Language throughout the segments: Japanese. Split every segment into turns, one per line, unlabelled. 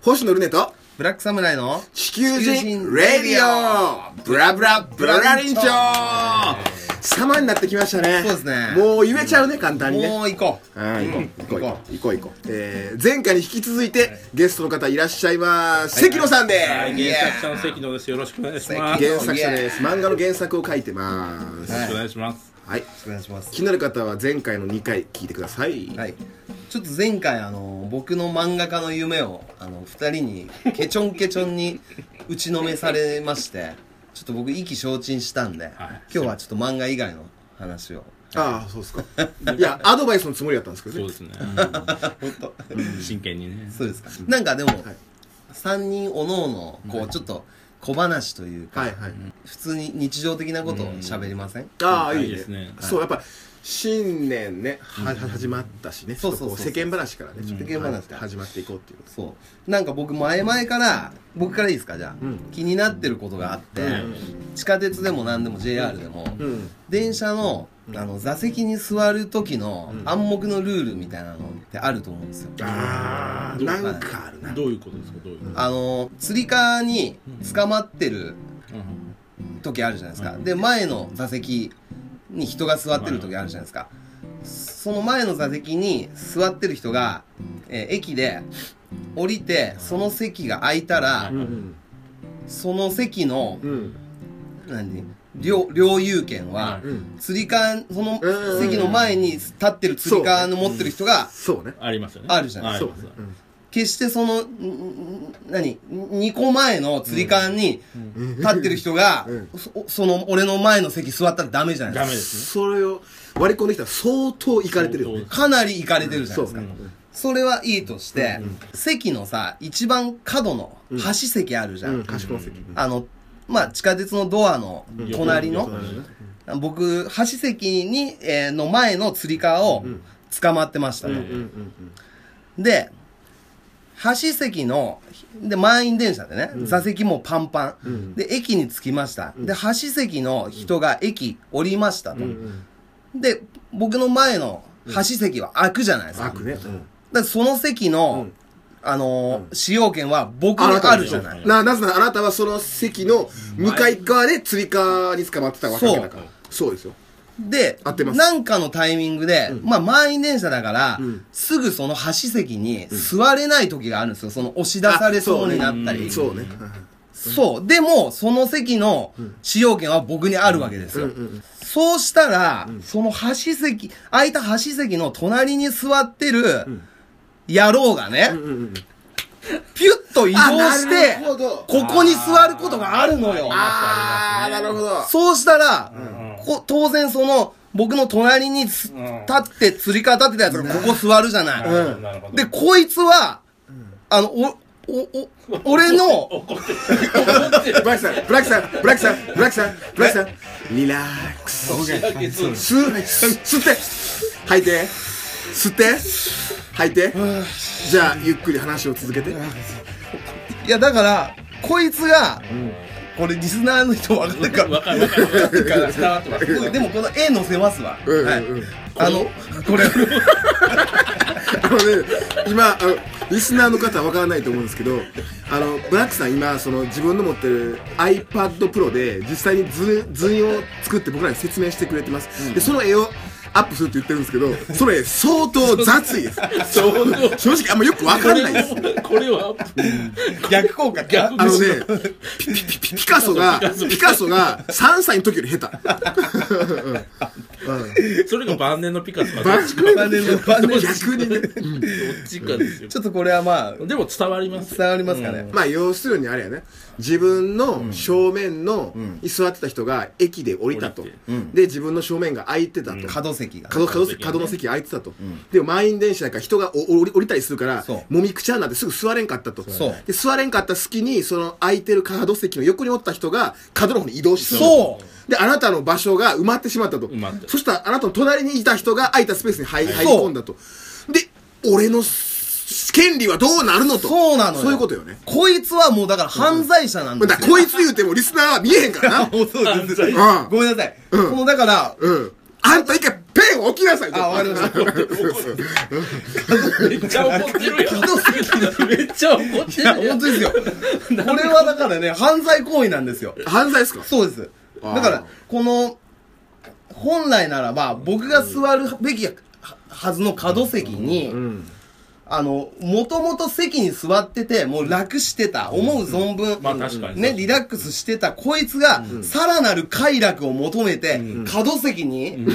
星野ルネと
ブラックサムライの
地球人レディオブラブラブララリンチョ様になってきましたね
そうですね
もう言えちゃうね簡単にね
もう行こう
はい、行こう、行
行
こ
こ
う、行こう、行こう。えー、前回に引き続いて、ゲストの方いらっしゃいます。関野さんで
はい、
す。
原作者の関野です。よろしくお願いしま
関
す。よ
原作者です。漫画の原作を書いてます。
ろ
は
しくお願いします。
い。
お願いします
気になる方は前回の2回聞いてください。
はいちょっと前回あの僕の漫画家の夢をあの2人にケチョンケチョンに打ちのめされましてちょっと僕意気消沈したんで、今日はちょっと漫画以外の話を
ああ、そうですか。いや、アドバイスのつもりだったんですけど
そう
ね。
ですね。
本当
真剣にね。
そうですかなんかでも、
い
3人おのおのこうちょっと小話というか、
はいはい。
普通に日常的なことを喋りません、
ああ、い
い
い
い
で
ですす
ね
ね。
そう、やっぱ、新年ね、は始まったしね。
そうそうそう
ちょっとこ世間話からね、ちょっと
世間話
はい始まっていこうっていう。
そうなんか僕前々から僕からいいですかじゃあ、気になってることがあって、地下鉄でも何でも JR でも、
ん
電車のあの座席に座る時の暗黙のルールみたいなのってあると思うんですよ、
ああ、なんかあるな。
どういうことですか、どういうこと。
あのつり革に捕まってる時あるじゃないですか、で前の座席に人が座ってる時あるじゃないですかその前の座席に座ってる人が、えー駅で降りてその席が空いたら、
うん。
その席の
うん。
何領領有権は、
うん
つり革その
うん
席の前に立ってるつり革の持ってる人が
そうね。
ありますよね。
あるじゃない
あ
で
そ
り
う
ます
ね。うん
決してそのんん何2個前のつり革に立ってる人が、そその俺の前の席座ったらダメじゃないで
ダ
す
メ
か
ですね。
それを割り込んできたら相当いかれてるよね
相
かなりいかれてるじゃない
そう
ですかそれはいいとして、席のさ一番角の端席あるじゃん、
うん賢い席
あのまあ地下鉄のドアの隣の、僕箸席に、えーの前のつり革を捕まってましたね、で箸席ので満員電車でね、座席もパンパン、で駅に着きました、で箸席の人が駅降りましたと、で僕の前の箸席は開くじゃないですか,、
悪ね
だからその席の、あのー使用権は僕にあるじゃない
ななぜならあなたはその席の向かい側でつり革に捕まってたわけだからそうですよ
で
合ってま、す
なんかのタイミングで、まあ満員電車だから、すぐその端席に座れない時があるんですよ。その押し出されそうになったり。
そうね
そう。でも、その席の使用権は僕にあるわけですよ。そうしたら、その端席、空いた端席の隣に座ってる野郎がね、ピュッと移動して
あなるほど、
ここに座ることがあるのよ。
ああなるほど
そうしたら、こ当然その、僕の隣にす
ん
立って、釣り方立ってたやつがここ座るじゃない。
うんなるほど。
で、こいつは、あの、お、お、お、俺の、
ブラックさんブラックさんブラックさんブラックさんブラックさんリラックス吸吸って吐いて吸って吐いてじゃあゆっくり話を続けて
いやだから、こいつが、これリスナーの人分かるか
わかるわかる。
分かるか
伝わってます。
ら、でもこの絵載せますわ。
うんうん
はい
うん
あの、これ、
あのね、今あのリスナーの方はわからないと思うんですけどあのブラックさん今その自分の持ってる iPadPro で実際に図図印を作って僕らに説明してくれてます、でその絵をアップするって言ってるんですけどそれ相当雑いです正直あんまよくわかんないです
これは。
逆効果か。
あのねピピピピピカソがピカソが3歳の時より下手
それが晩年のピカソか。ど
バ
っ
ッ
ち
ク
あれのあれの
逆にね
かですよ。
ちょっとこれはまあ、
でも伝わります。
伝わりますかね。
まあ要するにあれやね自分の正面のに座ってた人が駅で降りたと、
降りて
で自分の正面が空いてたと、
角席が。
角角角の席空いてたと、でも満員電車だから人がお降り降りたりするから
そ
も
う
みくちゃになってすぐ座れんかったと
そう
で座れんかった隙にその空いてる角席の横におった人が角の方に移動して
そう
であなたの場所が埋まってしまったと
埋まって
そしたらあなたの隣にいた人が空いたスペースに入入り込んだとで俺の権利はどうなるのと
そうなのよ
そういうことよね
こいつはもうだから犯罪者なん
まあ
です
だか
よ。
らこいつ言うて もリスナーは見えへんからな。
もうそうです
うん
ごめんなさい。このだから、
うん。あんた一回ペン置きなさい
あ、わかりました。
めっちゃ怒ってるやん。めっちゃ怒って
いや、
るや
本
ん。
当ですよ。これはだからね、犯罪行為なんですよ。
犯罪ですか
そうです。
あー
だから、この、本来ならば、僕が座るべきははずの角席に、
ん
あの、もともと席に座ってて、もう楽してた、思う存分、
まあ確かに
ね、リラックスしてた、こいつが、さらなる快楽を求めて、角席に移動する、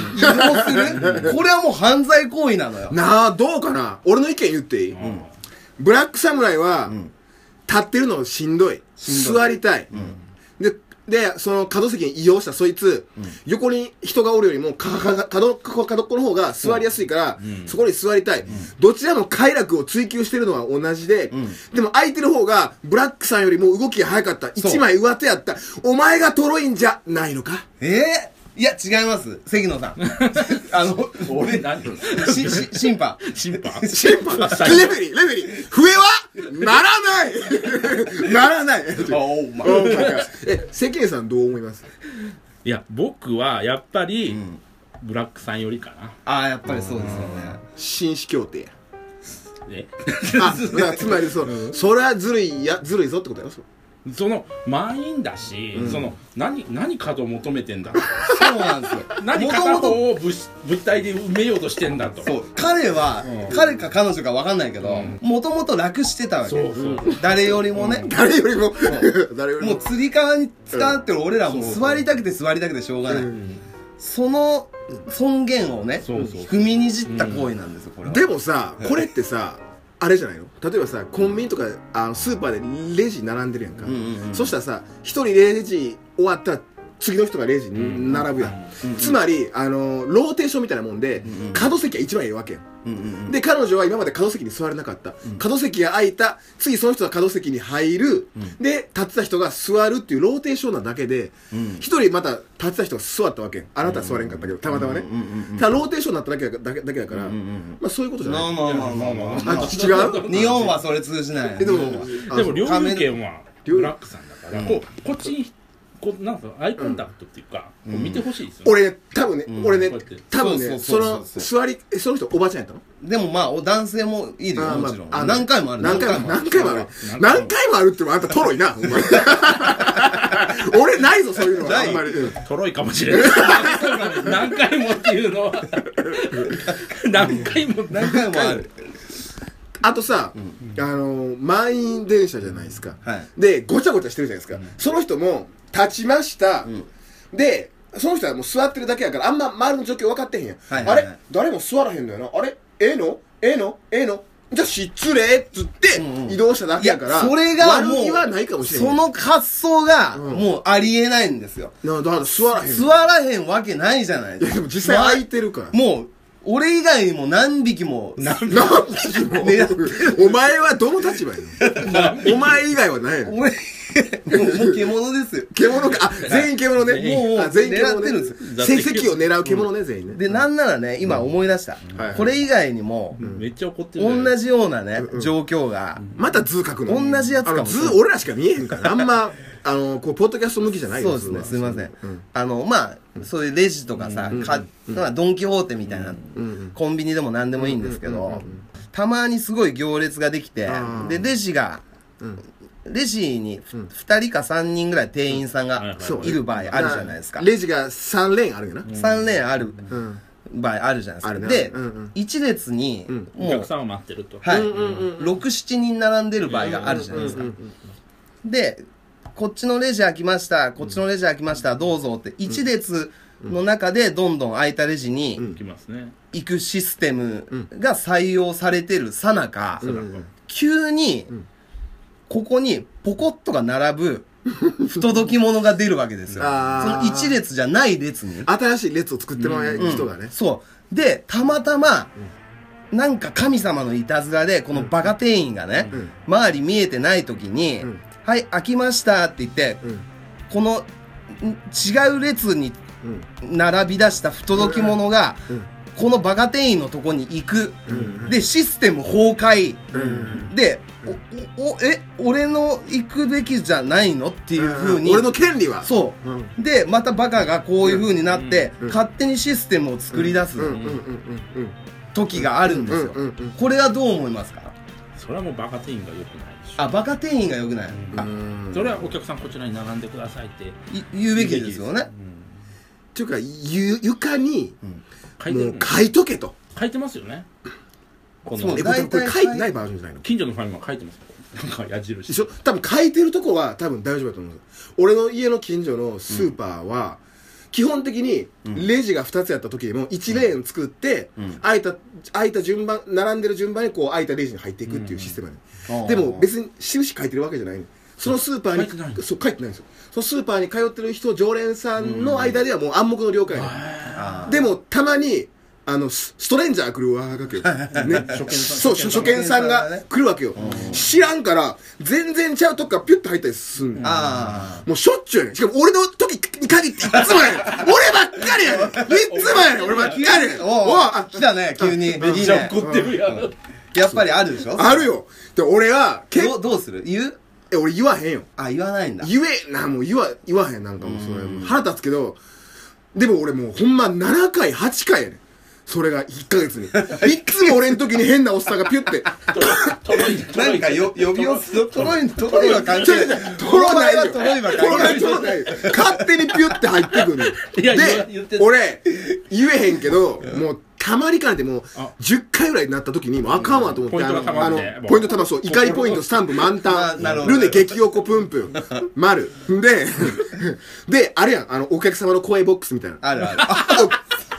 これはもう犯罪行為なのよ。
なあどうかな俺の意見言っていい、ブラックサムライは、立ってるのしんどい座りたい、ででその角席に移動したそいつ、横に人がおるよりもかかか角角角っこの方が座りやすいから、そこに座りたい、どちらも快楽を追求してるのは同じで、でも空いてる方がブラックさんよりも動きが早かった
そう
一枚上手やったお前がとろいんじゃないのか
えー、いや、違います。関野さん。あの、
俺何
し、し、審判。
審 判
審判レフェリーレフェリー笛はなら ないならない
おうま
お 前が え関根さんどう思います
いや、僕はやっぱり、ブラックさんよりかな。
ああ、やっぱりそうですよね。
紳士協定
ね
あだからつまりそうそれはずるいやずるいぞってことやろそう
その、満員だし、その、何、何かと求めてんだ。
そうなんですよ。
何
も
片
ともと、
方を物質物体で埋めようとしてんだと。
そう、彼は、彼か彼女か分かんないけど、もともと楽してたわ
そ
け
う。そう。
誰よりもね。
誰よりも 誰より
も
も
う釣り革に使ってる俺らはもう座りたくて座りたくてしょうがない。その尊厳をね、
そうそう
踏みにじった行為なんですよ、これは。
でもさこれってさあれじゃないの例えばさコンビニとかあのスーパーでレジ並んでるやんか、
んうんうん
そしたらさ一人レジ終わったら次の人がレジに並ぶやん、つまりあのローテーションみたいなもんで、角席が一番いいわけやん
うんうんうん
で彼女は今まで角席に座れなかった、角席が空いた次その人が角席に入る、で立ってた人が座るっていうローテーションなだけで一、人また立ってた人が座ったわけあなたは座れんかったけど、たまたまね、ただローテーションになっただけだだけだけだから、まあそういうことじゃ
ま
な
あ
い
まあまあまあまあま
あ
あ。
違う
日本はそれ通じない。
えでも
日本は
あ
でも領
仮面
有権はブラックさんだから、こうこっちにこうなんかアイコンタクトっていうか、こう見てほしいですよね、
俺ね多分ね、俺ね
こうやって
多分ね
そ
そう
そうそうそう
の座りえその人おばあちゃんやったの
でもまあ、お男性もいるよ、
あー
もちろん。
まああ
何回もある。
何回も何回
何回
も
も
あ
あ
る
る。
何回もあるってもあんたトロいなお前俺ないぞそういうのはあんまりうん
トロいかもしれない 何回もっていうのは 何回も
何回もある。
あとさ、あの満員電車じゃないですか、
はい
でごちゃごちゃしてるじゃないですか、その人も立ちました、でその人はもう座ってるだけやからあんま周りの状況分かってへんやん、
はいはいはい
あれ誰も座らへんのやなあれええのええのええのじゃあ失礼っつって移動しただ
い
けや
や
から、、
それがも
悪気はないかも
う、
しれへ
そ
ん
の発想が、もうありえないんですよ。
なだから座らへん
座らへんわけないじゃない
いやでも実際空いてるから、
まあもう、俺以外にも何匹も、
なんで お前はどの立場や のお前以外はないの
俺、もうもう獣ですよ。
獣 か、あ、全員獣ね。
もうもう
あ全員獣
狙
ね
ってる
ん。です
成績
よ
を狙う獣ね、全員ね。
で、なんならね、今思い出した
はいはい。
これ以外にも、
めっちゃ怒ってるじゃない
同じようなね、状況が、
また図書くの。
同じやつか
あ
も
の図、俺らしか見えへんから。あんま、あの、こう、ポッドキャスト向きじゃない
そう
よ
ですね、す
図
み
は
ません。あの、まあ、そういうレジとかさ、かまあドン・キホーテみたいな、コンビニでも何でもいいんですけど、たまにすごい行列ができて
あー、
で、レジが、レジに2人か3人ぐらい店員さん
はい
が
はいそう
ね
いる場合あるじゃないですか。
レジが3レーンあるよな。
3レーンある
うん。
場合あるじゃない
あるね
です
う
か
んうん。
で、1列に、
お
もう
客、さんを待ってると、
はい、
うんうんうん
6、7人並んでる場合があるじゃないですか。で、こっちのレジ開きました、こっちのレジ開きました、どうぞって、一列の中でどんどん空いたレジに
行きますね
行くシステムが採用されてるさなか、急に、ここにポコッとが並ぶ、不届き者が出るわけですよ。そ
あ
の
ー
一列じゃない列に。
新しい列を作ってもらう人がね。
そう。で、たまたま、なんか神様のいたずらで、このバカ店員がね、周り見えてない時に、
ん
はい、開きましたって言って、
うん
このん違う列に
うん
並び出した不届き者が、
うん
このバカ店員のとこに行く、
ん
でシステム崩壊、
ん
でおおおえ俺の行くべきじゃないのっていうふうに、
俺の権利は
そう、
うん
でまたバカがこういうふうになって、
うん
勝手にシステムを作り出
うんうん
す
うんうんうん
時があるんですよ、
うんうんうん
これはどう思いますか
それはもうバカ店員が良くないでしょ
あバカ店員が良くない、
う
う
あ
ん
それはお客さんこちらに並んでくださいって
い言うべきですよね
っていうかゆ床に
書いて
もう
る
書いとけと
書いてますよねこ
そ
の
う
えこれ
大体
これ書いてないバージョンじゃないの
近所のファミマ書いてますよなんか矢印
でしょ多分書いてるとこは多分大丈夫だと思うんですよ俺の家の近所のスーパーは、基本的にレジが2つやった時でも1レーン作って、空いた空いた順番並んでる順番にこう空いたレジに入っていくっていうシステムなの、
うん
でも別に印書いてるわけじゃないのそのスーパーに
書いてないの
そう書いてないんですよそのスーパーに通ってる人常連さんの間ではもう暗黙の了解なの、
あ
でもたまにあのスストレンジャー来るわけよ、ね、そう初初
初
見
見
さ
さ
ん
んが
が来るわけよ、知らんから全然ちゃうとこからピュッと入ったりすんの
あ
もうしょっちゅうやねんしかも俺の時に限っていっつもやねん俺ばっかりやねんいっつもやねん俺ばっかりやねん
ー
お
お
う
う
あ
来たね急にいいね
めっちゃ怒ってるやん
やっぱりあるでしょ
あるよで俺はけ
どうどうする言う
え俺言わへんよ
あ言わないんだ
言えなもう言わ言わへんなんかもうそれもう腹立つけどでも俺もうほんま7回8回やねんそれが1ヶ月 にいっつも俺の時に変なおっさんがピュッて
届いて届
なん
いて
かよ呼び寄せトロイトロイは関
ちょ
係
ちょ
ない
トロないよ。
トロイは
トロ
関
ない、
係ない
トロない。勝手にピュって入ってくるのよ
いや言わ言って
で、
た
俺、言えへんけど、もう、たまりかねて、もう
あ、
10回ぐらいになった時に、もうあかんわと思って、
ポイントが溜ま
あ
っ
の
て、
あ
も
の
う
ポイントたまそう、怒りポイントスタンプ満タ
まあ
ン
なる、ほど
ルネ激おこぷんぷん、丸。で、で、あれやん、あの、お客様の声ボックスみたいな。
あるあるあ
お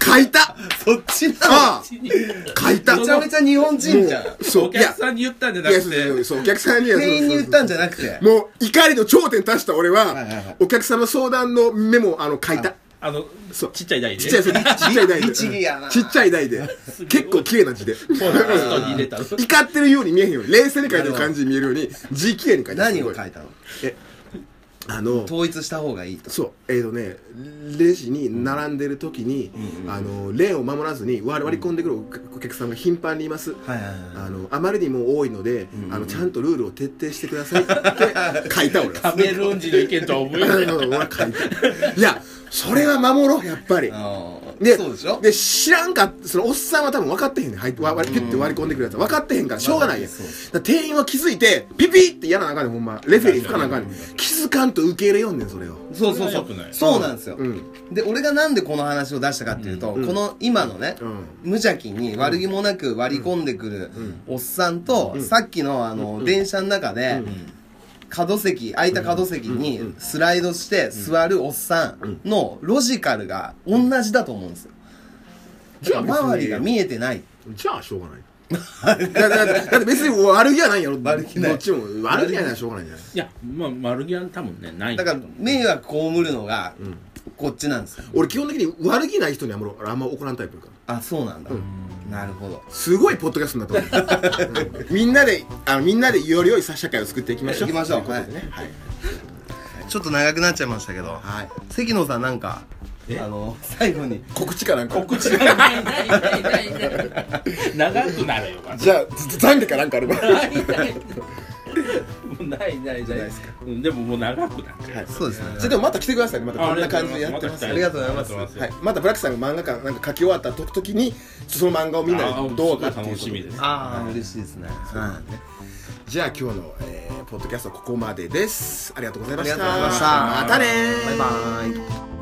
書いた
そっちな
ああ書いた
のめちゃめちゃ日本人じゃん
そう、
お
いや
客、さんに言ったんじゃ
い
な
や、
く
そうそう
て
そう、お客さんにはそうそう
店
そう
員に言ったんじゃなくて
もう怒りの頂点に達した俺は、
いはいはい
お客様相談のメモあの書いた
あの
そう
ちっちゃい台で
ちっちゃいそうちっちゃい台で
律儀やな
ちっちゃい台で結構綺麗な字で
ポイントに入れたの
怒ってるように見えへんように冷静に書いてる感じに見えるように字綺麗に書いて
何を書い
て
たの
あの
統一した方がいいと
そうえー、とねレジに並んでる時に、あのレーンを守らずに割割り込んでくるお客お客さんが頻繁にいます、
はいはいはい
あのあまりにも多いので、あのちゃんとルールを徹底してくださいって書いた俺は
カメルーン人の意見とは思えない
うん俺書いていやそれは守ろうやっぱり
ああ
で
そうでしょ
で知らんかそのおっさんは多分分かってへんねんはいわわピュッて割り込んでくるやつは分かってへんからしょうがないやんだ
そうそ
から店員は気づいてピピってやらなあかんねんほんまレフェリー吹かなあかんねん気づかんと受け入れよんねんそれを
そうそうそう
それは良くない
そうなんですよ、
うん
で俺がなんでこの話を出したかっていうと、この今のね、
うん
無邪気に悪気もなく割り込んでくるおっさんと、さっきのあの、電車の中で、角席空いた角席にスライドして座るおっさんのロジカルが同じだと思うんですよ
じゃあ別に
周りが見えてない
じゃあしょうがない だだだだって別に悪気はないやろ
悪気ない
どっちも悪気はないしょうがないじゃない
いやまあ丸ギャン多分ねないん
だから
と思う
迷惑被るのがこっちなんですよ、
俺基本的に悪気ない人にはあんま俺あんま怒らんタイプだから
あそうなんだ、なるほど
すごいポッドキャストになったもん、うん みんなであのみんなでより良い社会を作っていきましょう
いきましょう
ということでねはい
ちょっと長くなっちゃいましたけど、
はい
関野さんなんかあの最後に
告知かなんか
告知がないないないないない長くなるよまず
じゃあず懺悔かなんかあれば
ないない もうないないないですかでももう長くなっちゃう
そうですね
じゃあでもまた来てくださいねまたこんな感じでやってます
ありがとうございます
はい、またブラックさんが漫画館なんか書き終わった時時にその漫画をみんなでどうかっていうこと
楽しみです
ああ嬉しいですねはい
じゃあ今日の、えーポッドキャストはここまでですありがとうございま
あり
し
が
た
とうございました
またねー
バイバイ